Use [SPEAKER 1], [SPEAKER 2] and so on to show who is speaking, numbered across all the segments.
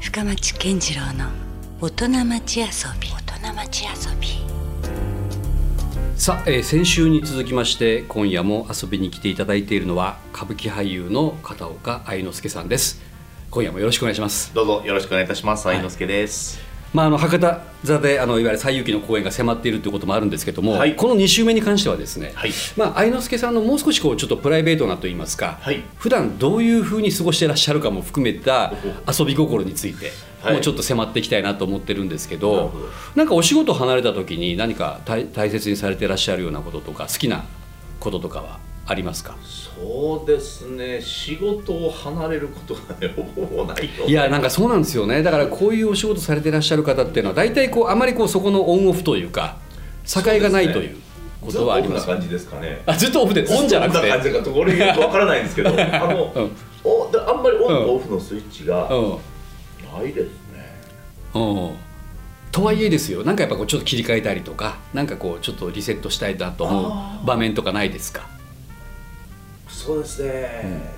[SPEAKER 1] 深町健次郎の大人町遊び大人町遊び
[SPEAKER 2] さあ、えー先週に続きまして今夜も遊びに来ていただいているのは歌舞伎俳優の片岡愛之助さんです今夜もよろしくお願いします
[SPEAKER 3] どうぞよろしくお願いいたします。愛之助です。
[SPEAKER 2] まああの博多座であのいわゆる西遊記の公演が迫っているということもあるんですけども、
[SPEAKER 3] はい
[SPEAKER 2] この2週目に関してはですね、
[SPEAKER 3] はい
[SPEAKER 2] まあ愛之助さんのもう少しこうちょっとプライベートなと言いますか、
[SPEAKER 3] はい
[SPEAKER 2] 普段どういうふうに過ごしてらっしゃるかも含めた
[SPEAKER 3] お
[SPEAKER 2] 遊び心について、
[SPEAKER 3] はい
[SPEAKER 2] もうちょっと迫っていきたいなと思ってるんですけ
[SPEAKER 3] な
[SPEAKER 2] ど
[SPEAKER 3] るほど
[SPEAKER 2] なんかお仕事離れた時に何か大大切にされてらっしゃるようなこととか好きなこととかはありますか
[SPEAKER 3] そうですね。仕事を離れることがね、 ほぼないと。
[SPEAKER 2] いやなんかそうなんですよねだからこういうお仕事されてらっしゃる方っていうのは大体こうあまりこうそこのオンオフというか境がないということはあります
[SPEAKER 3] ずっとこんな感じですかね。
[SPEAKER 2] あずっとオフでオンじゃなく
[SPEAKER 3] こんな感
[SPEAKER 2] て
[SPEAKER 3] じかとこれよくわからないん ですけど、あの、
[SPEAKER 2] うん
[SPEAKER 3] おだあんまりオン
[SPEAKER 2] うん
[SPEAKER 3] とオフのスイッチが
[SPEAKER 2] う
[SPEAKER 3] ないですね。
[SPEAKER 2] んうんとはいえですよなんかやっぱこうちょっと切り替えたりとかなんかこうちょっとリセットしたいなと思
[SPEAKER 3] あ
[SPEAKER 2] う場面とかないですか
[SPEAKER 3] そうですね。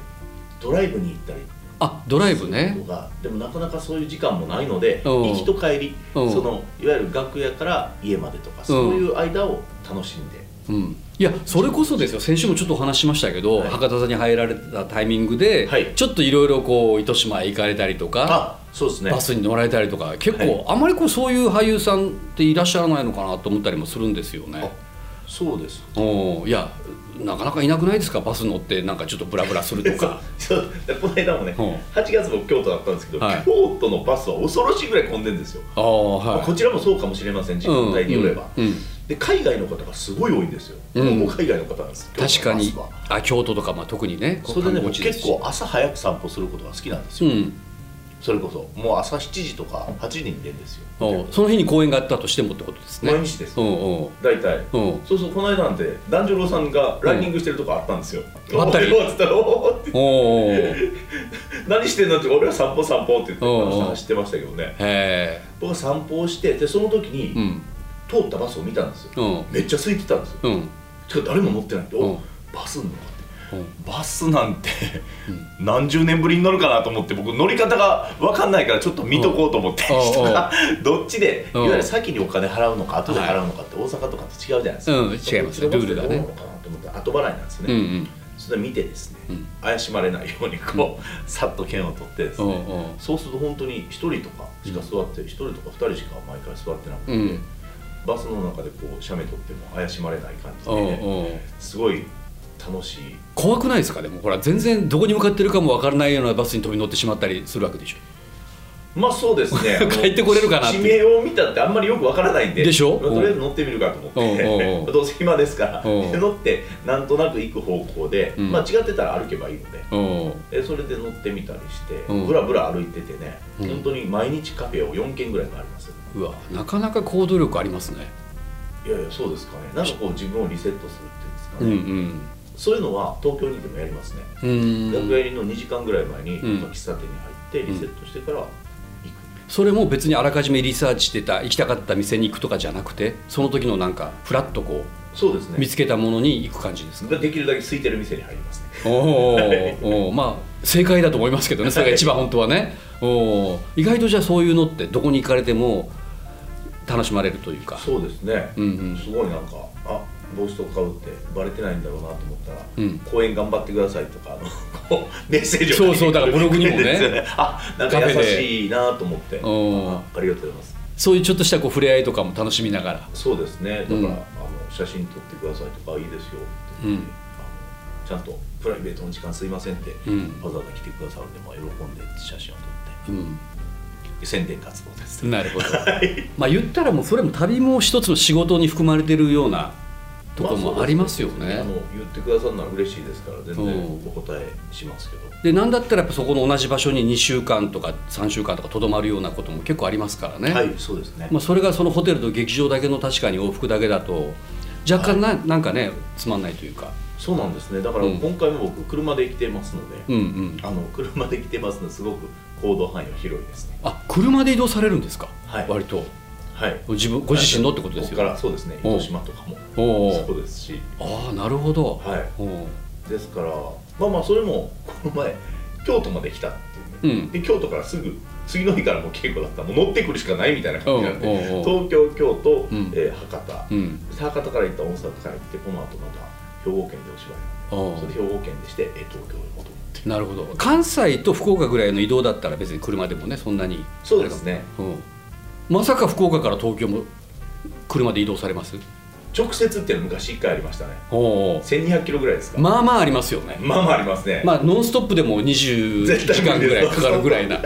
[SPEAKER 3] ドライブに行ったり。
[SPEAKER 2] あドライブね
[SPEAKER 3] とかでもなかなかそういう時間もないので
[SPEAKER 2] うん
[SPEAKER 3] 行きと帰り
[SPEAKER 2] うん
[SPEAKER 3] そのいわゆる楽屋から家までとかそういう間を楽しんで
[SPEAKER 2] うん、いやそれこそですよ先週もちょっとお話ししましたけど、
[SPEAKER 3] はい
[SPEAKER 2] 博多座に入られたタイミングで、
[SPEAKER 3] はい
[SPEAKER 2] ちょっといろいろこう糸島へ行かれたりとか、
[SPEAKER 3] あそうですね
[SPEAKER 2] バスに乗られたりとか結構、
[SPEAKER 3] はい
[SPEAKER 2] あまりこうそういう俳優さんっていらっしゃらないのかなと思ったりもするんですよね。
[SPEAKER 3] そうです
[SPEAKER 2] おいやなかなかいなくないですかバス乗ってなんかちょっとブラブラするとか。
[SPEAKER 3] そうでこの間もね、
[SPEAKER 2] うん
[SPEAKER 3] 8月も京都だったんですけど、
[SPEAKER 2] はい
[SPEAKER 3] 京都のバスは恐ろしいぐらい混んでるんですよ、
[SPEAKER 2] ああは
[SPEAKER 3] まあこ
[SPEAKER 2] い
[SPEAKER 3] ちらもそうかもしれません時間帯によれば、
[SPEAKER 2] うんうん
[SPEAKER 3] で海外の方がすごい多いんですよ、
[SPEAKER 2] うん
[SPEAKER 3] もう海外の方なんです
[SPEAKER 2] 確かに
[SPEAKER 3] 京都のバスは
[SPEAKER 2] あ京都とか、まあ、特にね
[SPEAKER 3] それでね
[SPEAKER 2] 観光地す
[SPEAKER 3] 結
[SPEAKER 2] し
[SPEAKER 3] 構朝早く散歩することが好きなんです
[SPEAKER 2] う
[SPEAKER 3] よ、
[SPEAKER 2] ん、
[SPEAKER 3] それこそもう朝7時とか8時に出るんですよ
[SPEAKER 2] おその日に公演があったとしてもってことですね。
[SPEAKER 3] 毎日です
[SPEAKER 2] うんうん
[SPEAKER 3] 大体
[SPEAKER 2] うん
[SPEAKER 3] そうそうこの間なんて團十郎さんがランニングしてるとこあったんですよ、
[SPEAKER 2] うんあったり
[SPEAKER 3] おーっつったらおーって
[SPEAKER 2] おー
[SPEAKER 3] 何してんのって俺は散歩散歩って言って
[SPEAKER 2] おうおう
[SPEAKER 3] 走ってましたけどね
[SPEAKER 2] へ
[SPEAKER 3] 僕は散歩をしてでその時に、
[SPEAKER 2] えうん
[SPEAKER 3] 通ったバスを見たんですよ
[SPEAKER 2] うん
[SPEAKER 3] めっちゃ空いてたんですよ
[SPEAKER 2] うん
[SPEAKER 3] しかも誰も乗ってないって、
[SPEAKER 2] う
[SPEAKER 3] お
[SPEAKER 2] ん
[SPEAKER 3] バス乗って
[SPEAKER 2] うん
[SPEAKER 3] バスなんて何十年ぶりに乗るかなと思って僕乗り方が分かんないからちょっと見とこうと思って、
[SPEAKER 2] うん
[SPEAKER 3] 人が どっちでい
[SPEAKER 2] うん
[SPEAKER 3] わゆる先にお金払うのか後で払うのかって大阪とかと違うじゃないですか、
[SPEAKER 2] うん違いますね
[SPEAKER 3] そこ
[SPEAKER 2] ルールがね
[SPEAKER 3] どうなのかなと思って後払いなんです
[SPEAKER 2] うんう
[SPEAKER 3] ね、
[SPEAKER 2] ん
[SPEAKER 3] それで見てですね、
[SPEAKER 2] うん
[SPEAKER 3] 怪しまれないようにこう、さっと券を取ってです
[SPEAKER 2] う
[SPEAKER 3] ね、
[SPEAKER 2] んうん
[SPEAKER 3] そうすると本当に1人とかしか座って、1人とか2人しか毎回座ってなくて、
[SPEAKER 2] うん
[SPEAKER 3] バスの中でこう写メ撮っても怪しまれない感じで、
[SPEAKER 2] うんうん
[SPEAKER 3] すごい楽しい
[SPEAKER 2] 怖くないですかでもほら全然どこに向かってるかもわからないようなバスに飛び乗ってしまったりするわけでしょ
[SPEAKER 3] まあそうです ねあの
[SPEAKER 2] 帰ってこれるかなって
[SPEAKER 3] 地名を見たってあんまりよくわからないんで
[SPEAKER 2] でしょ
[SPEAKER 3] まあとりあえず乗ってみるかと思っ
[SPEAKER 2] うんうんう
[SPEAKER 3] て
[SPEAKER 2] ん
[SPEAKER 3] どうせ暇ですから
[SPEAKER 2] うん
[SPEAKER 3] で乗ってなんとなく行く方向で、
[SPEAKER 2] うん
[SPEAKER 3] まあ違ってたら歩けばいいので
[SPEAKER 2] うん
[SPEAKER 3] でそれで乗ってみたりして、
[SPEAKER 2] うん
[SPEAKER 3] ぶらぶら歩いててね、
[SPEAKER 2] うん
[SPEAKER 3] 本当に毎日カフェを4軒ぐらいがあります
[SPEAKER 2] うわなかなか行動力ありますね
[SPEAKER 3] いやいやそうですかねなんかこう自分をリセットするっていうんですか
[SPEAKER 2] う
[SPEAKER 3] ね、
[SPEAKER 2] ん
[SPEAKER 3] そういうのは東京にでもやりますね
[SPEAKER 2] うんう
[SPEAKER 3] 楽
[SPEAKER 2] ん
[SPEAKER 3] 屋入りの2時間ぐらい前に、
[SPEAKER 2] うん
[SPEAKER 3] まあ喫茶店に入ってリセットしてから行く、
[SPEAKER 2] それも別にあらかじめリサーチしてた行きたかった店に行くとかじゃなくてその時のなんかフラッとこ
[SPEAKER 3] そうです
[SPEAKER 2] う見
[SPEAKER 3] ね
[SPEAKER 2] つけたものに行く感じですか
[SPEAKER 3] できるだけ空いてる店に入りますね
[SPEAKER 2] おーおー まあ正解だと思いますけどねそれが一番本当はねおー意外とじゃあそういうのってどこに行かれても楽しまれるというか
[SPEAKER 3] そうですね、
[SPEAKER 2] うんうん
[SPEAKER 3] すごいなんかあ帽子とかぶってバレてないんだろうなと思ったら、
[SPEAKER 2] うん
[SPEAKER 3] 公演頑張ってくださいとかあのこうメッセージを
[SPEAKER 2] そうそうだからブログにもね
[SPEAKER 3] 書いてくれてるんですよ あなんか
[SPEAKER 2] カフェ
[SPEAKER 3] 優
[SPEAKER 2] で
[SPEAKER 3] しいなと思ってあ
[SPEAKER 2] うん
[SPEAKER 3] ありがとうございます
[SPEAKER 2] そういうちょっとしたこう触れ合いとかも楽しみながら、
[SPEAKER 3] そうですねだから、
[SPEAKER 2] うん
[SPEAKER 3] あの写真撮ってくださいとかいいですよって、
[SPEAKER 2] うん
[SPEAKER 3] あのちゃんとプライベートの時間すいませんって、
[SPEAKER 2] うん
[SPEAKER 3] わざわざ来てくださるんで、まあ、喜んで写真を撮っ
[SPEAKER 2] うん、
[SPEAKER 3] て宣伝活動です、
[SPEAKER 2] なるほど、まあ言ったらもうそれも旅も一つの仕事に含まれてるようなところもありますよね。
[SPEAKER 3] あの言ってくださるのは嬉しいですから全然
[SPEAKER 2] うん
[SPEAKER 3] お答えしますけど、
[SPEAKER 2] でなんだったらやっぱそこの同じ場所に2週間とか3週間とかとどまるようなことも結構ありますからね、
[SPEAKER 3] はい、そうですね。
[SPEAKER 2] まあ、それがそのホテルと劇場だけの確かに往復だけだと若干な,、なんかねつまんないというか、
[SPEAKER 3] そうなんですね。だから
[SPEAKER 2] うん
[SPEAKER 3] 今回も僕車で来てますので、
[SPEAKER 2] うんうん、
[SPEAKER 3] あの車で来てますのですごく行動範囲は広いですね。
[SPEAKER 2] あ車で移動されるんですか、
[SPEAKER 3] はい
[SPEAKER 2] 割と
[SPEAKER 3] はい。
[SPEAKER 2] 自分ご自身のってことです
[SPEAKER 3] ここ
[SPEAKER 2] よ
[SPEAKER 3] からそうですね。
[SPEAKER 2] うん
[SPEAKER 3] 糸島とかも
[SPEAKER 2] おお
[SPEAKER 3] そうですし、
[SPEAKER 2] ああなるほど、
[SPEAKER 3] は
[SPEAKER 2] おう
[SPEAKER 3] い。ですから、まあまあそれもこの前京都まで来たっていうね
[SPEAKER 2] うん
[SPEAKER 3] で京都からすぐ次の日からもう稽古だったもう乗ってくるしかないみたいな感じなんで
[SPEAKER 2] おうおうお
[SPEAKER 3] 東京京都、
[SPEAKER 2] うん
[SPEAKER 3] えー博
[SPEAKER 2] う
[SPEAKER 3] 多、
[SPEAKER 2] ん
[SPEAKER 3] 博多から行った大阪から行ってこの後また兵庫県でお芝居
[SPEAKER 2] お
[SPEAKER 3] をそれで兵庫県でして、えー東京へ戻るっていう
[SPEAKER 2] なるほど関西と福岡ぐらいの移動だったら別に車でもねそんなに
[SPEAKER 3] そうですね
[SPEAKER 2] うんまさか福岡から東京も車で移動されます
[SPEAKER 3] 直接っていうのは昔1回ありましたね
[SPEAKER 2] おお
[SPEAKER 3] 1200キロぐらいですか、
[SPEAKER 2] まあまあありますよね
[SPEAKER 3] まあまあありますね、
[SPEAKER 2] まあノンストップでも20
[SPEAKER 3] 絶対
[SPEAKER 2] 時間ぐらいかかるぐらいな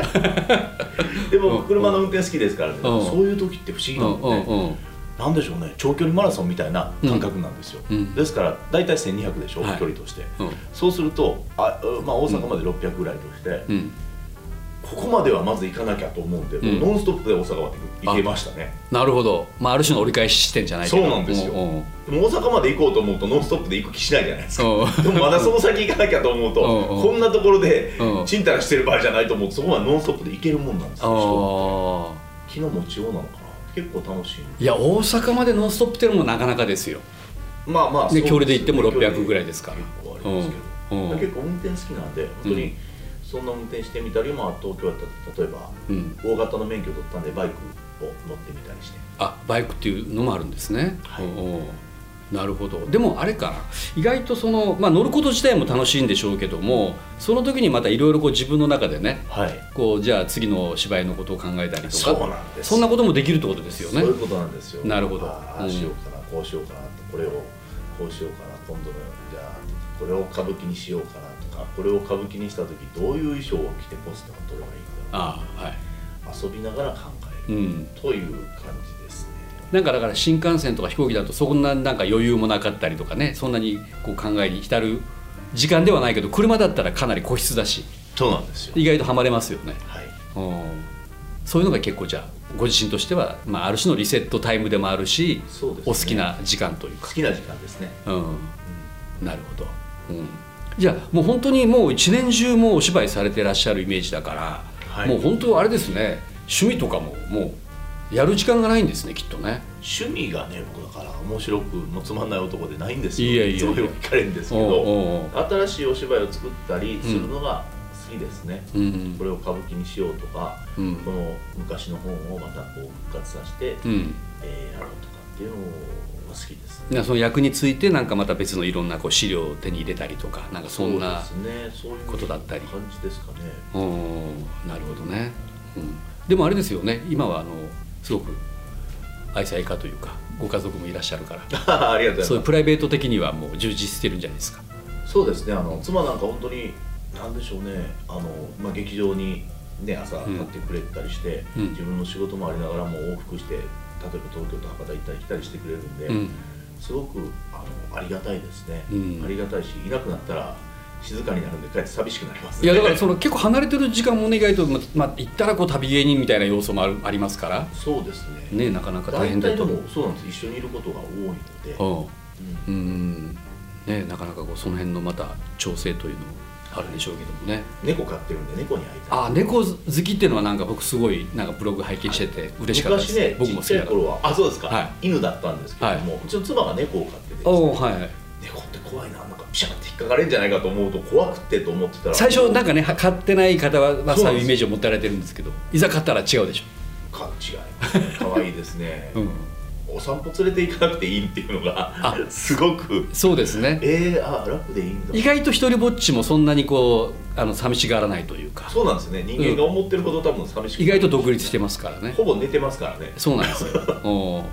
[SPEAKER 3] でも
[SPEAKER 2] うん
[SPEAKER 3] 車の運転好きですから、ね
[SPEAKER 2] うん
[SPEAKER 3] そういう時って不思議
[SPEAKER 2] う
[SPEAKER 3] なんんで
[SPEAKER 2] う
[SPEAKER 3] す
[SPEAKER 2] ん
[SPEAKER 3] ね、
[SPEAKER 2] うん
[SPEAKER 3] なんでしょうね長距離マラソンみたいな感覚なんですよ、
[SPEAKER 2] うん
[SPEAKER 3] ですから大体1200でしょ、
[SPEAKER 2] はい
[SPEAKER 3] 距離として、
[SPEAKER 2] うん
[SPEAKER 3] そうするとあ、うまあ、大阪まで600ぐらいとして、
[SPEAKER 2] うん
[SPEAKER 3] ここまではまず行かなきゃと思うんで、
[SPEAKER 2] うん
[SPEAKER 3] ノンストップで大阪まで行けましたね
[SPEAKER 2] なるほどまあある種の折り返し地点じゃないけど
[SPEAKER 3] そうなんですよ
[SPEAKER 2] うんうん
[SPEAKER 3] でも大阪まで行こうと思うとノンストップで行く気しないじゃないですか
[SPEAKER 2] そう
[SPEAKER 3] でもまだその先行かなきゃと思うと
[SPEAKER 2] うんうん
[SPEAKER 3] こんなところで
[SPEAKER 2] うん
[SPEAKER 3] ちんたらしてる場合じゃないと思うとそこはノンストップで行けるもんなんですよ
[SPEAKER 2] ああ
[SPEAKER 3] 昨日も地方なのかな結構楽しい
[SPEAKER 2] いや大阪までノンストップっていうのもなかなかですよ
[SPEAKER 3] まあまあ
[SPEAKER 2] で
[SPEAKER 3] そう
[SPEAKER 2] 距離で行っても
[SPEAKER 3] 距離
[SPEAKER 2] 600ぐらいですから
[SPEAKER 3] 結構ありますけど、
[SPEAKER 2] うんうん
[SPEAKER 3] 結構運転好きなんで本当にそんな運転してみたり、まあ、東京だったら例えば
[SPEAKER 2] うん
[SPEAKER 3] 大型の免許取ったんでバイクを乗ってみたりして
[SPEAKER 2] あバイクっていうのもあるんですね、
[SPEAKER 3] はい
[SPEAKER 2] おうおうなるほどでもあれかな意外とその、まあ、乗ること自体も楽しいんでしょうけどもその時にまたいろいろこう自分の中でね
[SPEAKER 3] はい
[SPEAKER 2] こうじゃあ次の芝居のことを考えたりとか
[SPEAKER 3] そうなんです
[SPEAKER 2] そんなこともできるってことですよね
[SPEAKER 3] そういうことなんですよ
[SPEAKER 2] なるほど
[SPEAKER 3] ああ
[SPEAKER 2] うん
[SPEAKER 3] しようかなこうしようかなこれをこうしようかな今度のじゃあこれを歌舞伎にしようかなとかこれを歌舞伎にした時どういう衣装を着てポスターを撮ればいいか
[SPEAKER 2] ああはい
[SPEAKER 3] な遊びながら考え
[SPEAKER 2] う
[SPEAKER 3] る、
[SPEAKER 2] ん
[SPEAKER 3] という感じですね
[SPEAKER 2] なんかだから新幹線とか飛行機だとそんななんか余裕もなかったりとかねそんなにこう考えに浸る時間ではないけど車だったらかなり固執だし
[SPEAKER 3] そうなんですよ
[SPEAKER 2] 意外とハマれますよね
[SPEAKER 3] はい
[SPEAKER 2] うんそういうのが結構じゃあご自身としては、まあ、ある種のリセットタイムでもあるし、
[SPEAKER 3] そうですね
[SPEAKER 2] お好きな時間というか
[SPEAKER 3] 好、きな時間ですね
[SPEAKER 2] うん、なるほど、うん、じゃあもう本当にもう一年中もうお芝居されてらっしゃるイメージだから、
[SPEAKER 3] はい
[SPEAKER 2] もう本当あれですね趣味とかももうやる時間がないんですねきっとね
[SPEAKER 3] 趣味がね僕だから面白くもつまんない男でないんですよ
[SPEAKER 2] いやいやいや
[SPEAKER 3] つもよく聞かれるんですけ
[SPEAKER 2] おう
[SPEAKER 3] ど
[SPEAKER 2] おうおう
[SPEAKER 3] 新しいお芝居を作ったりするのが好きですね、
[SPEAKER 2] うん
[SPEAKER 3] これを歌舞伎にしようとか、
[SPEAKER 2] うん
[SPEAKER 3] この昔の本をまたこう復活させて、
[SPEAKER 2] うん
[SPEAKER 3] えーやろうとかっていうのが好きですね
[SPEAKER 2] いやその役についてなんかまた別のいろんなこう資料を手に入れたりとかなんかそんな
[SPEAKER 3] そうですねそういう
[SPEAKER 2] ことだったり
[SPEAKER 3] 感じですかね
[SPEAKER 2] おなるほどね、うん、でもあれですよね今はあのすごく愛妻家というかご家族もいらっしゃるから
[SPEAKER 3] ありがとうござ
[SPEAKER 2] そう
[SPEAKER 3] い
[SPEAKER 2] いう
[SPEAKER 3] ま
[SPEAKER 2] プライベート的にはもう充実してるんじゃないですか
[SPEAKER 3] すそうですねあの妻なんか本当に何でしょうねあの、まあ、劇場に、ね、朝
[SPEAKER 2] うん
[SPEAKER 3] 立ってくれたりして、
[SPEAKER 2] うん
[SPEAKER 3] 自分の仕事もありながらも往復して例えば東京と博多行ったり来たりしてくれるんで、
[SPEAKER 2] うん
[SPEAKER 3] すごくあのありがたいですね、
[SPEAKER 2] うん
[SPEAKER 3] ありがたいしいなくなったら静かになるんでかえって寂しくなります
[SPEAKER 2] い
[SPEAKER 3] ね
[SPEAKER 2] やだからその結構離れてる時間もね意外とまま行ったらこう旅芸人みたいな要素もあるありますから
[SPEAKER 3] そうですね
[SPEAKER 2] ねなかなか大
[SPEAKER 3] 大
[SPEAKER 2] 変だ
[SPEAKER 3] 体
[SPEAKER 2] と
[SPEAKER 3] で
[SPEAKER 2] 思う
[SPEAKER 3] もそうなんです一緒にいることが多いので、
[SPEAKER 2] うんうんねなかなかこうその辺のまた調整というのもあるでしょうけどもね
[SPEAKER 3] 猫飼ってるんで猫に会いたい
[SPEAKER 2] あ猫好きっていうのはなんか僕すごいなんかブログ拝見してて嬉しかったです、
[SPEAKER 3] 昔ね
[SPEAKER 2] 僕
[SPEAKER 3] ち
[SPEAKER 2] も好
[SPEAKER 3] っ
[SPEAKER 2] き
[SPEAKER 3] ち
[SPEAKER 2] だ
[SPEAKER 3] ゃい
[SPEAKER 2] から
[SPEAKER 3] 頃はあそうですか、
[SPEAKER 2] は
[SPEAKER 3] 犬だったんですけれども、うちの妻が猫を飼ってて
[SPEAKER 2] おおはい
[SPEAKER 3] 猫って怖いななんかピシャって引っかかれるんじゃないかと思うと怖くてと思ってたら
[SPEAKER 2] 最初なんかねは買ってない方はまあ
[SPEAKER 3] そ
[SPEAKER 2] そ
[SPEAKER 3] うな
[SPEAKER 2] うんいう
[SPEAKER 3] です
[SPEAKER 2] イメージを持ってられてるんですけどいざ買ったら違うでし
[SPEAKER 3] 勘違い可愛いですね、
[SPEAKER 2] ょ、うん、
[SPEAKER 3] お散歩連れて行かなくていいっていうのがすごく
[SPEAKER 2] そうですね
[SPEAKER 3] えー、あ楽でいいんだ
[SPEAKER 2] 意外と一人ぼっちもそんなにこうあの寂しがらないというか
[SPEAKER 3] そうなんですね人間が思ってるほど多分寂しく
[SPEAKER 2] 意外と独立してますからね
[SPEAKER 3] ほぼ寝てますからね
[SPEAKER 2] そうなん ですよおー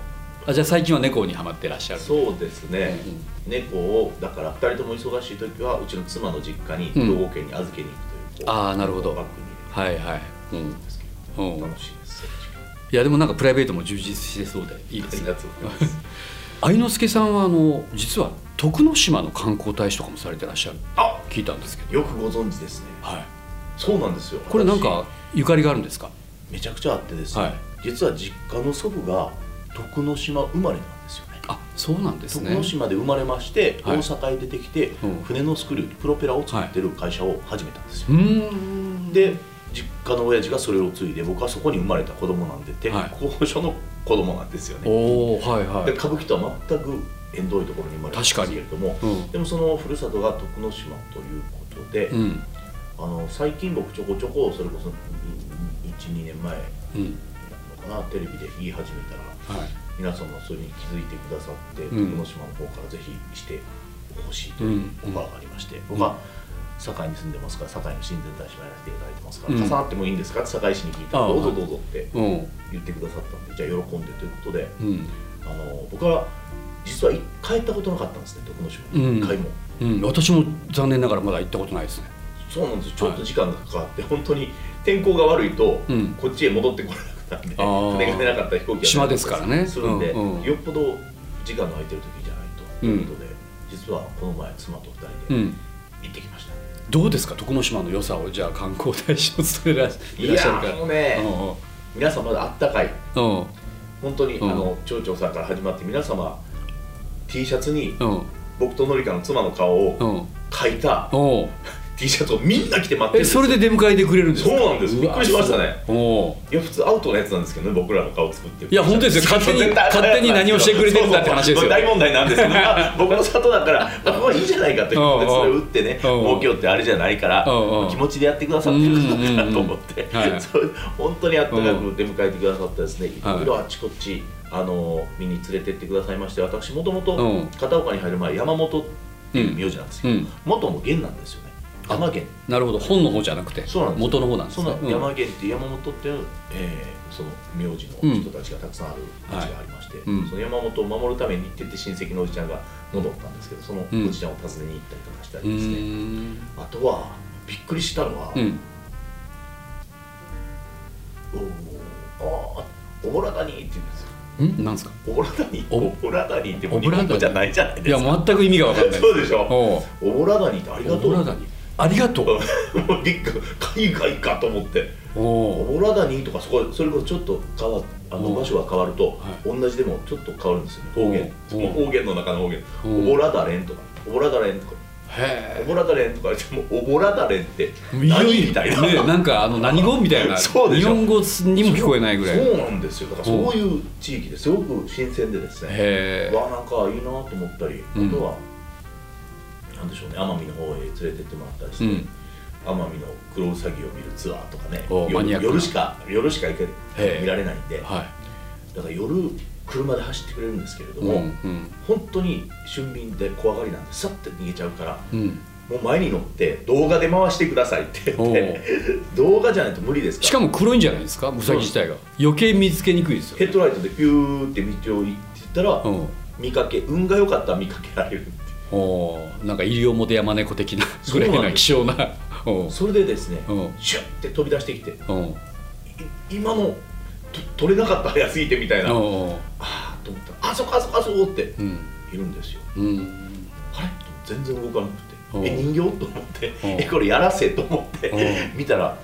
[SPEAKER 2] あじゃあ最近は猫にはまってらっしゃる
[SPEAKER 3] そうですね、
[SPEAKER 2] うん
[SPEAKER 3] 猫をだから2人とも忙しい時はうちの妻の実家に
[SPEAKER 2] うん
[SPEAKER 3] 兵庫県に預けに行くという,こう、
[SPEAKER 2] ああなるほど
[SPEAKER 3] バッグに
[SPEAKER 2] はいはい、うん、
[SPEAKER 3] 入れるんですけ
[SPEAKER 2] う
[SPEAKER 3] ど、
[SPEAKER 2] ん
[SPEAKER 3] 楽しいです
[SPEAKER 2] いやでもなんかプライベートも充実してそうでいいで
[SPEAKER 3] あり
[SPEAKER 2] す
[SPEAKER 3] が
[SPEAKER 2] ね
[SPEAKER 3] とうございます
[SPEAKER 2] 愛之助さんはあの実は徳之島の観光大使とかもされてらっしゃる
[SPEAKER 3] あ
[SPEAKER 2] 聞いたんですけど
[SPEAKER 3] よくご存知ですね
[SPEAKER 2] はい
[SPEAKER 3] そうなんですよ
[SPEAKER 2] これなんかゆかりがあるんですか
[SPEAKER 3] 私めちゃくちゃあってですね、
[SPEAKER 2] はい
[SPEAKER 3] 実は実家の祖父が徳之島生まれなんですよね
[SPEAKER 2] あそうなんです
[SPEAKER 3] 徳
[SPEAKER 2] ね
[SPEAKER 3] 之島で生まれまして、
[SPEAKER 2] はい
[SPEAKER 3] 大阪へ出てきて、
[SPEAKER 2] うん
[SPEAKER 3] 船のスクリュープロペラを作ってる会社を始めたんですよ、
[SPEAKER 2] うーん
[SPEAKER 3] で実家の親父がそれを継いで僕はそこに生まれた子供なんで鉄
[SPEAKER 2] はい
[SPEAKER 3] 工所の子供なんですよね、
[SPEAKER 2] おおはいは
[SPEAKER 3] で
[SPEAKER 2] い
[SPEAKER 3] 歌舞伎とは全く縁遠いところに生まれたんですけれども
[SPEAKER 2] うん
[SPEAKER 3] でもそのふるさとが徳之島ということで、
[SPEAKER 2] うん
[SPEAKER 3] あの最近僕ちょこちょこそれこそ12年前な
[SPEAKER 2] うん
[SPEAKER 3] のかなテレビで言い始めたら
[SPEAKER 2] はい
[SPEAKER 3] 皆さんもそれに気づいてくださって
[SPEAKER 2] うん
[SPEAKER 3] 徳之島の方からぜひしてほしいというオファーがありまして、
[SPEAKER 2] ん
[SPEAKER 3] 僕は堺に住んでますから堺の親善大使もやらせていただいてますから、
[SPEAKER 2] うん
[SPEAKER 3] 重なってもいいんですかって堺市に聞いたら
[SPEAKER 2] ああ
[SPEAKER 3] どうぞどうぞって
[SPEAKER 2] うん
[SPEAKER 3] 言ってくださったんでじゃあ喜んでということで
[SPEAKER 2] うん
[SPEAKER 3] あの僕は実は一回行ったことなかったんですね徳之島
[SPEAKER 2] うん
[SPEAKER 3] に一回も。
[SPEAKER 2] うん、私も残念ながらまだ行ったことないですね。
[SPEAKER 3] そうなんですよちょっと時間がかかって、 本当に天候が悪いと、
[SPEAKER 2] うん
[SPEAKER 3] こっちへ戻ってこれなくなるんで
[SPEAKER 2] あー
[SPEAKER 3] 船が出なかったら飛行機が出なかったり
[SPEAKER 2] 島ですからね
[SPEAKER 3] するんで、
[SPEAKER 2] うんうん
[SPEAKER 3] よっぽど時間の空いてる時じゃないということで、実はこの前妻と二
[SPEAKER 2] う
[SPEAKER 3] 人で
[SPEAKER 2] ん、
[SPEAKER 3] 行ってきました、
[SPEAKER 2] どうですか徳之島の良さをじゃあ観光大使を務めらい
[SPEAKER 3] い
[SPEAKER 2] らっしゃ
[SPEAKER 3] や
[SPEAKER 2] るか
[SPEAKER 3] ー
[SPEAKER 2] ら。
[SPEAKER 3] もうね、
[SPEAKER 2] う
[SPEAKER 3] 皆様まだあったかい
[SPEAKER 2] んうん
[SPEAKER 3] 本当に、
[SPEAKER 2] うん
[SPEAKER 3] あの町長さんから始まって皆様 T シャツに
[SPEAKER 2] うん
[SPEAKER 3] 僕と紀香の妻の顔を
[SPEAKER 2] うん
[SPEAKER 3] 描いた
[SPEAKER 2] うん
[SPEAKER 3] T シャツをみんな着て待ってるん
[SPEAKER 2] え
[SPEAKER 3] です
[SPEAKER 2] そ
[SPEAKER 3] よ
[SPEAKER 2] れで出迎えてくれるんですか。
[SPEAKER 3] そうなんです
[SPEAKER 2] わ
[SPEAKER 3] びっくりしましたね。
[SPEAKER 2] そうおう
[SPEAKER 3] いや普通アウトのやつなんですけどね僕らの顔作ってる
[SPEAKER 2] いや本当 ですよ勝手に
[SPEAKER 3] 絶対
[SPEAKER 2] 勝手に何をしてくれてるんだって話ですよ
[SPEAKER 3] そうそう大問題なんですけどまあ僕の里 だから僕はいいじゃないかという
[SPEAKER 2] うんうん
[SPEAKER 3] それを打ってね
[SPEAKER 2] うんうん
[SPEAKER 3] 儲けようってあれじゃないから
[SPEAKER 2] うんうん
[SPEAKER 3] 気持ちでやってくださってるんだなと思って
[SPEAKER 2] うんうんうんはい
[SPEAKER 3] そう本当にあったかく出迎えてくださったですねい
[SPEAKER 2] はい
[SPEAKER 3] ろいろあちこちあの見に連れてってくださいまして私もともと
[SPEAKER 2] うん
[SPEAKER 3] 片岡に入る前山本っていう名字なんですけど
[SPEAKER 2] うん
[SPEAKER 3] 元も源なんですよね山源
[SPEAKER 2] なるほど本の方じゃなくて
[SPEAKER 3] そうなんです
[SPEAKER 2] 元の方なんです
[SPEAKER 3] そ
[SPEAKER 2] ね
[SPEAKER 3] の。
[SPEAKER 2] うん
[SPEAKER 3] 山源っていう山本っていう、えーその名字の人たちがたくさんある町がありまして、
[SPEAKER 2] うん
[SPEAKER 3] その山本を守るためにって言って親戚のおじちゃんが戻ったんですけどそのおじちゃんを訪ねに行ったりとかした
[SPEAKER 2] う
[SPEAKER 3] りですね、
[SPEAKER 2] ーん
[SPEAKER 3] あとはびっくりしたのは、
[SPEAKER 2] うん
[SPEAKER 3] おーあーオボラダニーって言うんですよ
[SPEAKER 2] うんなんですか。
[SPEAKER 3] オボラダニー
[SPEAKER 2] お
[SPEAKER 3] オボラダニーってもう
[SPEAKER 2] オ
[SPEAKER 3] 日
[SPEAKER 2] ブラダ
[SPEAKER 3] 本
[SPEAKER 2] ニー
[SPEAKER 3] 語じゃないじゃない
[SPEAKER 2] い
[SPEAKER 3] で
[SPEAKER 2] や
[SPEAKER 3] すか。
[SPEAKER 2] 全く意味がわかんない
[SPEAKER 3] そうでしょ
[SPEAKER 2] おう
[SPEAKER 3] オボラダニーってありがと
[SPEAKER 2] オ
[SPEAKER 3] う
[SPEAKER 2] ブラダニありがとう。
[SPEAKER 3] もうびっくり海外かと思って
[SPEAKER 2] お
[SPEAKER 3] オ
[SPEAKER 2] お
[SPEAKER 3] ボラダニとかそこそれこそちょっと変わあ
[SPEAKER 2] う
[SPEAKER 3] の
[SPEAKER 2] ん
[SPEAKER 3] 場所が変わると、同じでもちょっと変わるんですよ方言
[SPEAKER 2] う
[SPEAKER 3] そ
[SPEAKER 2] ん
[SPEAKER 3] の方言の中の方言
[SPEAKER 2] う
[SPEAKER 3] オ
[SPEAKER 2] ん
[SPEAKER 3] ボラダレンとかオボラダレンとか
[SPEAKER 2] へ
[SPEAKER 3] オボラダレンとか言ってもオボラダレンって
[SPEAKER 2] え。
[SPEAKER 3] 何みたいな、
[SPEAKER 2] ねなんかあの何語みたいな
[SPEAKER 3] そうで
[SPEAKER 2] 日
[SPEAKER 3] しょ
[SPEAKER 2] 本語にも聞こえないぐらい。
[SPEAKER 3] そ
[SPEAKER 2] へ
[SPEAKER 3] うなんですよだからそういう地域ですごく新鮮でですね
[SPEAKER 2] え。
[SPEAKER 3] わあなんかいいなと思ったり、
[SPEAKER 2] うん
[SPEAKER 3] あとはなんでしょうね奄美の方へ連れてってもらったりして、
[SPEAKER 2] うん
[SPEAKER 3] 奄美の黒ウサギを見るツアーとかね
[SPEAKER 2] おマニアックな
[SPEAKER 3] 夜夜しか夜しか行け
[SPEAKER 2] へえ
[SPEAKER 3] 見られないんで、
[SPEAKER 2] は
[SPEAKER 3] だから夜車で走ってくれるんですけれど
[SPEAKER 2] い。
[SPEAKER 3] も、
[SPEAKER 2] うん
[SPEAKER 3] 本当に俊敏で怖がりなんでさって逃げちゃうから
[SPEAKER 2] うん。
[SPEAKER 3] もう前に乗って動画で回してくださいって言っ
[SPEAKER 2] お
[SPEAKER 3] て動画じゃないと無理ですから
[SPEAKER 2] しかも黒いんじゃないですかウサギ自体が余計見つけにくいですよ、
[SPEAKER 3] ヘッドライトでピューって道を行ってたら、
[SPEAKER 2] うん
[SPEAKER 3] 見かけ運が良かったら見かけられるっていう
[SPEAKER 2] おーなんか西表山猫的なぐらい
[SPEAKER 3] そうな
[SPEAKER 2] なん
[SPEAKER 3] で
[SPEAKER 2] 希
[SPEAKER 3] す
[SPEAKER 2] 少なお
[SPEAKER 3] それでですね、
[SPEAKER 2] うん
[SPEAKER 3] シュッて飛び出してきてい
[SPEAKER 2] お
[SPEAKER 3] 今のと取れなかった早すぎてみたいな、あ
[SPEAKER 2] お
[SPEAKER 3] あと思ったらあそこあそこあそこって
[SPEAKER 2] うん
[SPEAKER 3] いるんですよ
[SPEAKER 2] うん
[SPEAKER 3] あれ全然動か
[SPEAKER 2] う
[SPEAKER 3] なく
[SPEAKER 2] ん
[SPEAKER 3] てえ人形と思って
[SPEAKER 2] うん
[SPEAKER 3] えこれやらせと思って
[SPEAKER 2] う
[SPEAKER 3] 見たら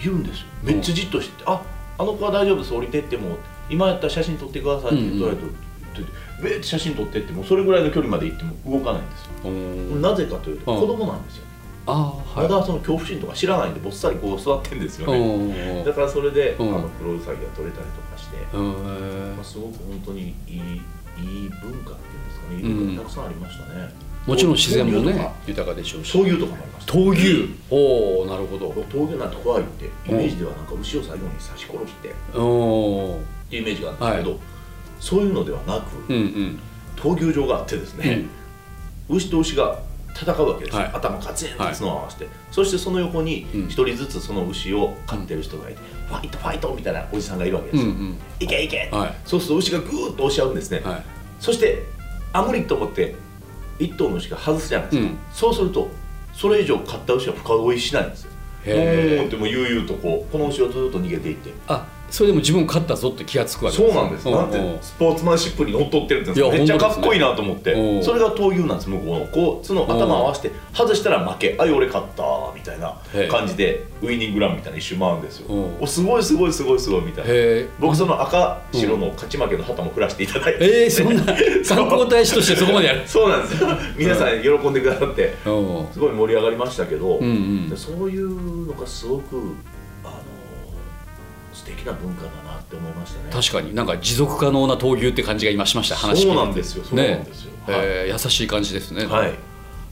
[SPEAKER 3] いるんですよ
[SPEAKER 2] うん
[SPEAKER 3] めっちゃじっとしててああの子は大丈夫です降りてっても今やったら写真撮ってくださいって言われて言ってベーって写真撮ってってもそれぐらいの距離まで行っても動かないんですよ
[SPEAKER 2] おー
[SPEAKER 3] なぜかというと
[SPEAKER 2] うん
[SPEAKER 3] 子供なんですよね
[SPEAKER 2] あー
[SPEAKER 3] ま
[SPEAKER 2] はい
[SPEAKER 3] だその恐怖心とか知らないんでぼっさりこう座ってんですよ
[SPEAKER 2] お
[SPEAKER 3] ね
[SPEAKER 2] ー
[SPEAKER 3] だからそれであ
[SPEAKER 2] うん
[SPEAKER 3] の黒ウサギが撮れたりとかして
[SPEAKER 2] うー
[SPEAKER 3] ま
[SPEAKER 2] ん
[SPEAKER 3] あすごく本当にいいいい文化っていうんですかねいい文化がたくさんありましたね
[SPEAKER 2] もちろん自然も
[SPEAKER 3] そういうの
[SPEAKER 2] ね
[SPEAKER 3] が
[SPEAKER 2] 豊かでしょうし
[SPEAKER 3] 闘牛とかもありました
[SPEAKER 2] 闘牛おおなるほど
[SPEAKER 3] 闘牛なんて怖いってイメージではなんか牛を最後に刺し殺してっ
[SPEAKER 2] おー
[SPEAKER 3] ていうイメージがあったんですけど、そういうのではなく
[SPEAKER 2] うんうん
[SPEAKER 3] 闘牛場があってですね、牛と牛が戦うわけですよ、
[SPEAKER 2] はい
[SPEAKER 3] 頭カツンと角を合わせて、そしてその横に
[SPEAKER 2] うん
[SPEAKER 3] 一人ずつその牛を飼ってる人がいて、ファイトファイトみたいなおじさんがいるわけで
[SPEAKER 2] うんう
[SPEAKER 3] すよ、
[SPEAKER 2] ん
[SPEAKER 3] いけいけ、
[SPEAKER 2] はい
[SPEAKER 3] そうすると牛がグーッと押し合うんですね、
[SPEAKER 2] はい
[SPEAKER 3] そしてあ無理と思って一頭の牛が外すじゃないですか、
[SPEAKER 2] うん
[SPEAKER 3] そうするとそれ以上買った牛は深追いしないんですよ
[SPEAKER 2] へー
[SPEAKER 3] うーんってもう悠々とこうこの牛をずっと逃げていって
[SPEAKER 2] あそれでも自分勝ったぞって気がつくわけ
[SPEAKER 3] そうなんです
[SPEAKER 2] おー
[SPEAKER 3] なんてスポーツマンシップにのっとってるんです
[SPEAKER 2] い
[SPEAKER 3] よ
[SPEAKER 2] や
[SPEAKER 3] めっちゃ
[SPEAKER 2] 本当
[SPEAKER 3] か
[SPEAKER 2] です
[SPEAKER 3] っ
[SPEAKER 2] ね
[SPEAKER 3] こいいなと思って
[SPEAKER 2] おー
[SPEAKER 3] それが闘牛なんです向こうのこう角頭合わせて外したら負けあい俺勝ったみたいな
[SPEAKER 2] へえ
[SPEAKER 3] 感じでウイニングランみたいな一周回るんですよ
[SPEAKER 2] おー
[SPEAKER 3] おすごいすごいすごいすごいみたいな
[SPEAKER 2] へえ
[SPEAKER 3] 僕その赤白の勝ち負けの旗も振らせていただいて
[SPEAKER 2] えー、そん な観光大使としてそこまでやる
[SPEAKER 3] そうなんですよ 皆さん喜んでくださって
[SPEAKER 2] お
[SPEAKER 3] すごい盛り上がりましたけど、
[SPEAKER 2] うんうん
[SPEAKER 3] でそういうのがすごくあの素敵な文化だなって思いましたね
[SPEAKER 2] 確かになんか持続可能な闘牛って感じが今しました話聞いて
[SPEAKER 3] そうなんですよそうなんですよ
[SPEAKER 2] ねえー優しい感じですね
[SPEAKER 3] はい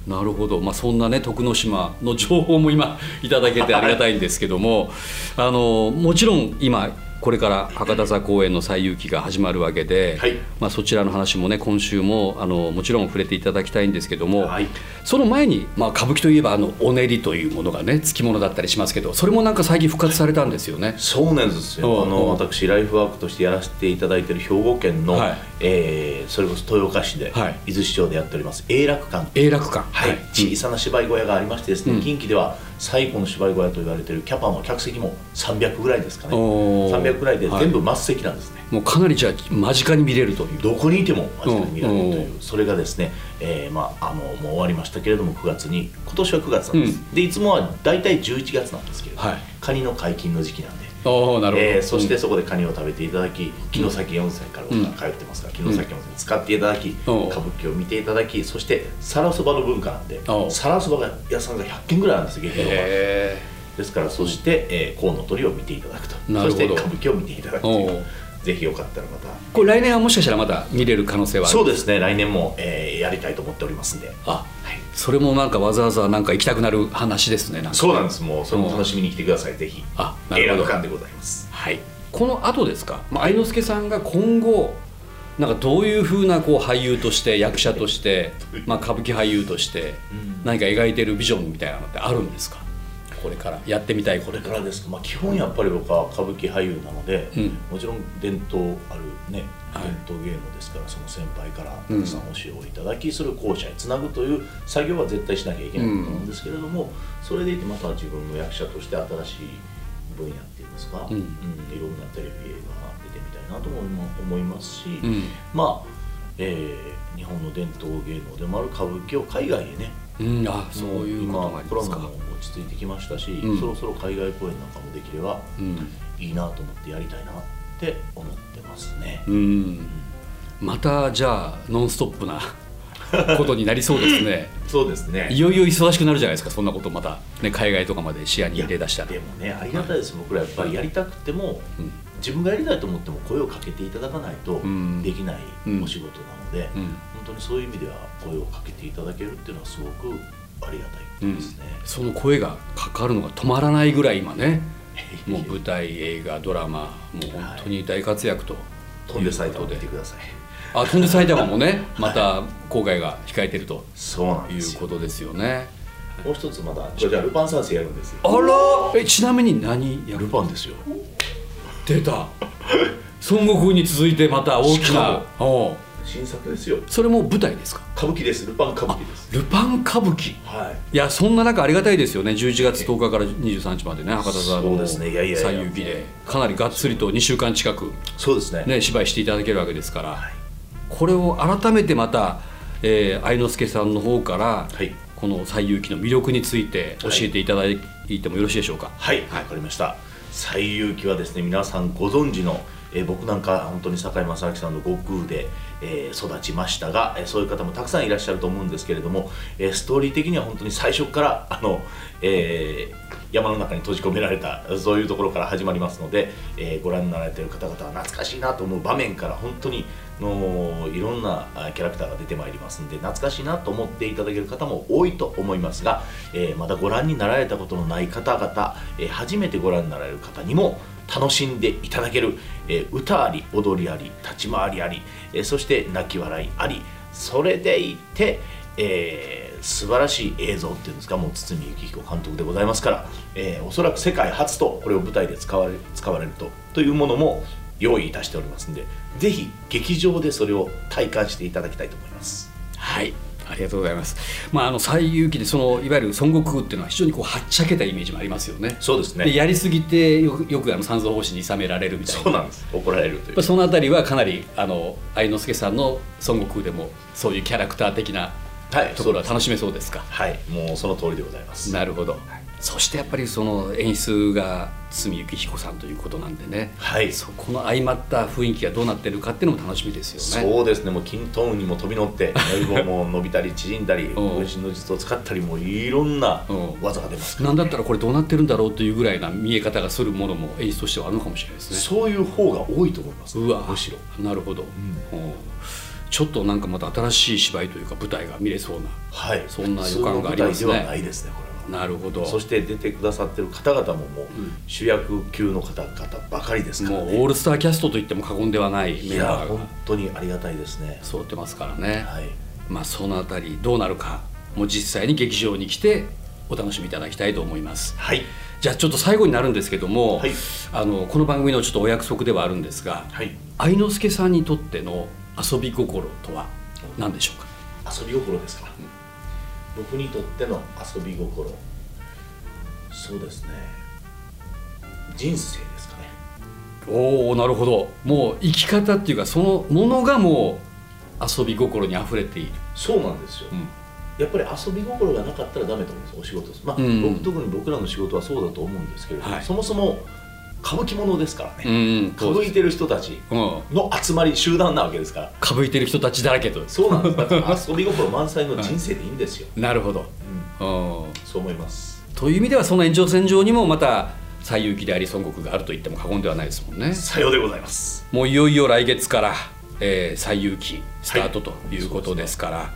[SPEAKER 2] なるほど、まあ、そんなね徳之島の情報も今いただけてありがたいんですけども、あのもちろん今これから博多座公演の最有期が始まるわけで、
[SPEAKER 3] はい
[SPEAKER 2] まあ、そちらの話もね今週もあのもちろん触れていただきたいんですけども、
[SPEAKER 3] はい
[SPEAKER 2] その前に、まあ、歌舞伎といえばあのおねりというものがねつきものだったりしますけどそれもなんか最近復活されたんですよね。
[SPEAKER 3] そうなんです
[SPEAKER 2] おう
[SPEAKER 3] よあの
[SPEAKER 2] おう
[SPEAKER 3] 私ライフワークとしてやらせていただいている兵庫県の、
[SPEAKER 2] はい
[SPEAKER 3] えーそれこそ豊岡市で、
[SPEAKER 2] はい
[SPEAKER 3] 伊豆市長でやっております永楽館
[SPEAKER 2] 永楽館、
[SPEAKER 3] はい、小さな芝居小屋がありましてですね、
[SPEAKER 2] うん
[SPEAKER 3] 近畿では最古の芝居小屋と言われているキャパも客席も300ぐらいですかね
[SPEAKER 2] おー
[SPEAKER 3] 300ぐらいで
[SPEAKER 2] はい
[SPEAKER 3] 全部末席なんですね、
[SPEAKER 2] もうかなりじゃあ間近に見れるという
[SPEAKER 3] どこにいても間近に見られるというう、それがですね、えーまあ、あのもう終わりましたけれども9月に今年は9月なんです、
[SPEAKER 2] う
[SPEAKER 3] でいつもは大体11月なんですけれど、
[SPEAKER 2] はい
[SPEAKER 3] カニの解禁の時期なんで
[SPEAKER 2] ああなるほど、
[SPEAKER 3] えーそしてそこでカニを食べていただき城崎温泉から僕が通ってますが城崎温泉使っていただき歌
[SPEAKER 2] おう
[SPEAKER 3] 舞伎を見ていただきそして皿そばの文化なんで
[SPEAKER 2] おう
[SPEAKER 3] 皿そばが屋さんが100軒ぐらいあるんです劇場は
[SPEAKER 2] へ
[SPEAKER 3] ですからそして、えー、コウノトリを見ていただくと
[SPEAKER 2] な
[SPEAKER 3] そ
[SPEAKER 2] る
[SPEAKER 3] し
[SPEAKER 2] ほ
[SPEAKER 3] て
[SPEAKER 2] ど
[SPEAKER 3] 歌舞伎を見ていただくと
[SPEAKER 2] お
[SPEAKER 3] いうぜひよかったらまた
[SPEAKER 2] ーこれ来年はもしかしたらまだ見れる可能性はある
[SPEAKER 3] そうですね来年も、えーやりたいと思っておりますんで、はい、
[SPEAKER 2] あそれもなんかわざわざなんか行きたくなる話ですねなんか
[SPEAKER 3] そうなんですもうそれも楽しみに来てくださいぜひ
[SPEAKER 2] あな
[SPEAKER 3] 映
[SPEAKER 2] る
[SPEAKER 3] 画
[SPEAKER 2] ほど
[SPEAKER 3] 館でございます
[SPEAKER 2] はいこの後ですか、まあ、愛之助さんが今後なんかどういうふうなこう俳優として役者として、まあ、歌舞伎俳優として
[SPEAKER 3] うん
[SPEAKER 2] 何か描いてるビジョンみたいなのってあるんですかこれからやってみたいこ
[SPEAKER 3] こ
[SPEAKER 2] れ
[SPEAKER 3] れからですか、まあ、基本やっぱり僕は歌舞伎俳優なので、
[SPEAKER 2] うん
[SPEAKER 3] もちろん伝統あるね、
[SPEAKER 2] はい
[SPEAKER 3] 伝統芸能ですからその先輩から
[SPEAKER 2] う
[SPEAKER 3] た
[SPEAKER 2] ん
[SPEAKER 3] くさん教えをいただき、それを後者へつなぐという作業は絶対しなきゃいけないと思うんですけれども、それでいてまた自分の役者として新しい分野っていうんですか、
[SPEAKER 2] うん
[SPEAKER 3] うんいろんなテレビ映画出てみたいなとも思いますし、
[SPEAKER 2] うん
[SPEAKER 3] まあえー日本の伝統芸能でもある歌舞伎を海外へね
[SPEAKER 2] うんあそういうことがあ
[SPEAKER 3] 今
[SPEAKER 2] り
[SPEAKER 3] コ
[SPEAKER 2] ま
[SPEAKER 3] ロ
[SPEAKER 2] す
[SPEAKER 3] ナ
[SPEAKER 2] か
[SPEAKER 3] も落ち着いてきましたし、
[SPEAKER 2] うん
[SPEAKER 3] そろそろ海外公演なんかもできれば
[SPEAKER 2] うん、
[SPEAKER 3] いいなと思ってやりたいなって思ってますね、
[SPEAKER 2] うん、またじゃあノンストップなことになりそうです ね
[SPEAKER 3] そうですね
[SPEAKER 2] いよいよ忙しくなるじゃないですかそんなことまた、ね、海外とかまで視野に入れ出したら
[SPEAKER 3] でもねありがたいです、僕らやっぱりやりたくても、
[SPEAKER 2] うん
[SPEAKER 3] 自分がやりたいと思っても声をかけていただかないと
[SPEAKER 2] ん
[SPEAKER 3] できない
[SPEAKER 2] うん
[SPEAKER 3] お仕事なので、
[SPEAKER 2] うん
[SPEAKER 3] 本当にそういう意味では声をかけていただけるっていうのはすごくありがたいことですね、
[SPEAKER 2] その声がかかるのが止まらないぐらい今ねもう
[SPEAKER 3] ぶっ
[SPEAKER 2] 舞台映画ドラマもう本当に大活躍と、
[SPEAKER 3] 飛んで埼玉見てください
[SPEAKER 2] あ飛んで埼玉もねまた郊外が控えてると
[SPEAKER 3] そうなん
[SPEAKER 2] い
[SPEAKER 3] で
[SPEAKER 2] う
[SPEAKER 3] すよ
[SPEAKER 2] ことですよね
[SPEAKER 3] もう一つまだこれじゃあルパン三世やるんですよ
[SPEAKER 2] あらえちなみに何や
[SPEAKER 3] ルパンですよ
[SPEAKER 2] 出た 孫悟空に続いてまた大き
[SPEAKER 3] し
[SPEAKER 2] な
[SPEAKER 3] か
[SPEAKER 2] おう
[SPEAKER 3] 新作ですよ
[SPEAKER 2] それも舞台ですか
[SPEAKER 3] 歌舞伎ですルパン歌舞伎です
[SPEAKER 2] ルパン歌舞伎
[SPEAKER 3] はい
[SPEAKER 2] いやそんな中ありがたいですよね11月10日から23日までね博多座
[SPEAKER 3] そう
[SPEAKER 2] の
[SPEAKER 3] ですねいやいやいや
[SPEAKER 2] 最有期でかなりがっつりと2週間近く、
[SPEAKER 3] そうですね
[SPEAKER 2] ね、芝居していただけるわけですから、
[SPEAKER 3] はい
[SPEAKER 2] これを改めてまた、えー愛之助さんの方から、
[SPEAKER 3] はい
[SPEAKER 2] この最有期の魅力について教
[SPEAKER 3] はい
[SPEAKER 2] えていただいてもよろしいでしょうか、
[SPEAKER 3] はい、わかりました西遊記はですね皆さんご存知の、えー僕なんか本当に堺正明さんの悟空で、えー育ちましたが、えーそういう方もたくさんいらっしゃると思うんですけれども、えーストーリー的には本当に最初からあの、えー山の中に閉じ込められたそういうところから始まりますので、えーご覧になられている方々は懐かしいなと思う場面から本当にのいろんなあキャラクターが出てまいりますんで懐かしいなと思っていただける方も多いと思いますが、えーまだご覧になられたことのない方々、えー初めてご覧になられる方にも楽しんでいただける、えー歌あり踊りあり立ち回りあり、えーそして泣き笑いありそれでいて、えー素晴らしい映像っていうんですかもう堤幸彦監督でございますから、えーおそらく世界初とこれを舞台で使われ使われるとというものも用意いたしておりますんでぜひ劇場でそれを体感していただきたいと思います
[SPEAKER 2] はい、ありがとうございます。まああの最有機でそのいわゆる孫悟空っていうのは非常にこうはっちゃけたイメージもありますよね。
[SPEAKER 3] そうですね
[SPEAKER 2] でやりすぎてよくよくあの三蔵法師に諌められるみたいな。
[SPEAKER 3] そうなんです怒られるとい
[SPEAKER 2] やっぱ
[SPEAKER 3] う
[SPEAKER 2] そのあたりはかなりあの愛之助さんの孫悟空でもそういうキャラクター的な
[SPEAKER 3] はい
[SPEAKER 2] ところは楽しめそうですか。
[SPEAKER 3] はいもうその通りでございます
[SPEAKER 2] なるほど、そしてやっぱりその演出が堤幸彦さんということなんでね、
[SPEAKER 3] はい
[SPEAKER 2] そこの相まった雰囲気がどうなってるかっていうのも楽しみですよね。
[SPEAKER 3] そうですねもう均等にも飛び乗 って内部も伸びたり縮んだり
[SPEAKER 2] ん
[SPEAKER 3] 分身の術を使ったりもういろんな
[SPEAKER 2] うん
[SPEAKER 3] 技が出ますから
[SPEAKER 2] なんだったらこれどうなってるんだろうというぐらいな見え方がするものも演出としてはあるのかもしれないですね。
[SPEAKER 3] そういう方が多いと思います
[SPEAKER 2] うわ
[SPEAKER 3] むしろ
[SPEAKER 2] なるほど、おうちょっとなんかまた新しい芝居というか舞台が見れそうな
[SPEAKER 3] はい、
[SPEAKER 2] そんな予感がありますね
[SPEAKER 3] 普通の舞台ではないですねこれは
[SPEAKER 2] なるほど
[SPEAKER 3] そして出てくださってる方々ももう主役級の方々ばかりですか
[SPEAKER 2] も
[SPEAKER 3] ら
[SPEAKER 2] う
[SPEAKER 3] ね、
[SPEAKER 2] オールスターキャストと言っても過言ではないメ
[SPEAKER 3] い
[SPEAKER 2] ン
[SPEAKER 3] や
[SPEAKER 2] バーが
[SPEAKER 3] 本当にありがたいですね
[SPEAKER 2] 揃ってますからね、
[SPEAKER 3] はい
[SPEAKER 2] まあそのあたりどうなるかもう実際に劇場に来てお楽しみいただきたいと思います
[SPEAKER 3] はい
[SPEAKER 2] じゃあちょっと最後になるんですけども、
[SPEAKER 3] はい
[SPEAKER 2] あのこの番組のちょっとお約束ではあるんですが、
[SPEAKER 3] はい
[SPEAKER 2] 愛之助さんにとっての遊び心とは何でしょうか
[SPEAKER 3] 遊び心ですか、僕にとっての遊び心そうですね人生ですかね
[SPEAKER 2] おおなるほどもう生き方っていうかそのものがもう遊び心にあふれている、
[SPEAKER 3] そうなんですよ、やっぱり遊び心がなかったらダメと思うんですお仕事ですまあ、
[SPEAKER 2] うん
[SPEAKER 3] 僕特に僕らの仕事はそうだと思うんですけれども、
[SPEAKER 2] はい
[SPEAKER 3] そもそも歌舞伎者ですからね、
[SPEAKER 2] うん
[SPEAKER 3] 歌舞いてる人たち
[SPEAKER 2] うん
[SPEAKER 3] の集まり集団なわけですから
[SPEAKER 2] 歌舞いてる人たちだらけと
[SPEAKER 3] そう なんですだから遊び心満載の人生でいいんですよ、
[SPEAKER 2] なるほど、
[SPEAKER 3] うん
[SPEAKER 2] うん、
[SPEAKER 3] そう思います
[SPEAKER 2] という意味ではその延長線上にもまた最有機であり孫国があると言っても過言ではないですもんね
[SPEAKER 3] さようでございます
[SPEAKER 2] もういよいよ来月から、えー、最有機スタートということですから、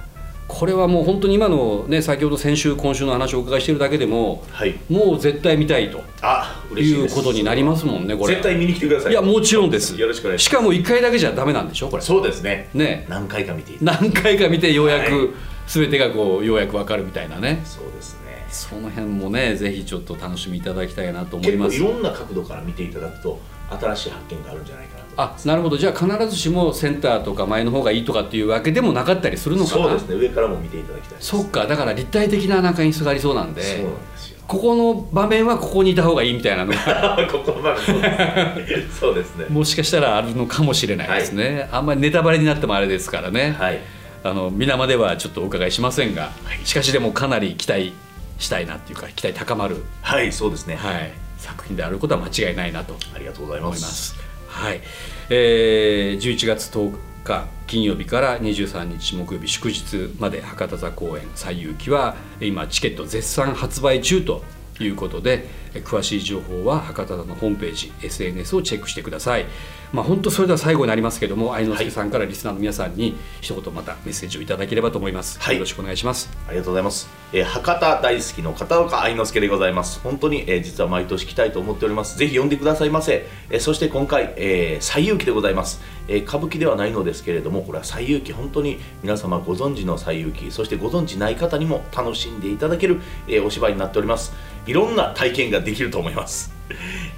[SPEAKER 2] これはもう本当に今のね先ほど先週今週の話をお伺いしてるだけでも
[SPEAKER 3] はい
[SPEAKER 2] もう絶対見たいと
[SPEAKER 3] あ嬉
[SPEAKER 2] い
[SPEAKER 3] しいうです
[SPEAKER 2] ことになりますもんねこれ
[SPEAKER 3] 絶対見に来てください
[SPEAKER 2] いやもちろんです
[SPEAKER 3] よろしくお願いし
[SPEAKER 2] しかも1回だけじゃダメなんでしょこれ
[SPEAKER 3] ますそうですね
[SPEAKER 2] ね
[SPEAKER 3] 何回か見ていた
[SPEAKER 2] 何回か見てようや
[SPEAKER 3] は
[SPEAKER 2] く全てがこうようやくわかるみたいなね
[SPEAKER 3] そうですね
[SPEAKER 2] その辺もねぜひちょっと楽しみいただきたいなと思い
[SPEAKER 3] 結
[SPEAKER 2] ま
[SPEAKER 3] 構
[SPEAKER 2] す
[SPEAKER 3] いろんな角度から見ていただくと新しい発見があるんじゃないかなと
[SPEAKER 2] あなるほどじゃあ必ずしもセンターとか前の方がいいとかっていうわけでもなかったりするのかな
[SPEAKER 3] そうですね上からも見ていただきたいです
[SPEAKER 2] そっかだから立体的ななんか演出がありそうなんで
[SPEAKER 3] そうなんですよ
[SPEAKER 2] ここの場面はここにいた方がいいみたいなのが
[SPEAKER 3] ここまでそうです ねそうですね
[SPEAKER 2] もしかしたらあるのかもしれないですね、あんまりネタバレになってもあれですからね、
[SPEAKER 3] はい
[SPEAKER 2] あの皆まではちょっとお伺いしませんが、しかしでもかなり期待したいなっていうか期待高まる、
[SPEAKER 3] はいそうですね
[SPEAKER 2] はい、作品であることは間違いないなと
[SPEAKER 3] ありがとうござい
[SPEAKER 2] 思
[SPEAKER 3] ま
[SPEAKER 2] いますす。はい、えー、11月10日金曜日から23日木曜日祝日まで博多座公演最有機は今チケット絶賛発売中ということでえ詳しい情報は博多座のホームページ SNS をチェックしてくださいまあ本当それでは最後になりますけども愛之助さんからリスナーの皆さんに一言またメッセージをいただければと思います、
[SPEAKER 3] はい
[SPEAKER 2] よろしくお願いします
[SPEAKER 3] ありがとうございます、えー博多大好きの片岡愛之助でございます本当に、えー実は毎年来たいと思っておりますぜひ呼んでくださいませ、えーそして今回、えー、最有機でございます、えー歌舞伎ではないのですけれどもこれは最有機本当に皆様ご存知の最有機そしてご存知ない方にも楽しんでいただける、えーお芝居になっておりますいろんな体験ができると思います、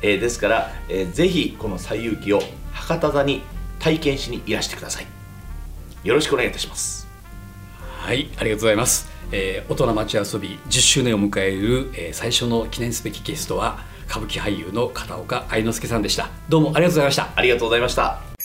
[SPEAKER 3] えーですから、えーぜひこの最有機を博多座に体験しにいらしてくださいよろしくお願いいたします
[SPEAKER 2] はい、ありがとうございます。えー大人町遊び10周年を迎える、えー最初の記念すべきゲストは歌舞伎俳優の片岡愛之助さんでした。どうもありがとうございました。
[SPEAKER 3] ありがとうございました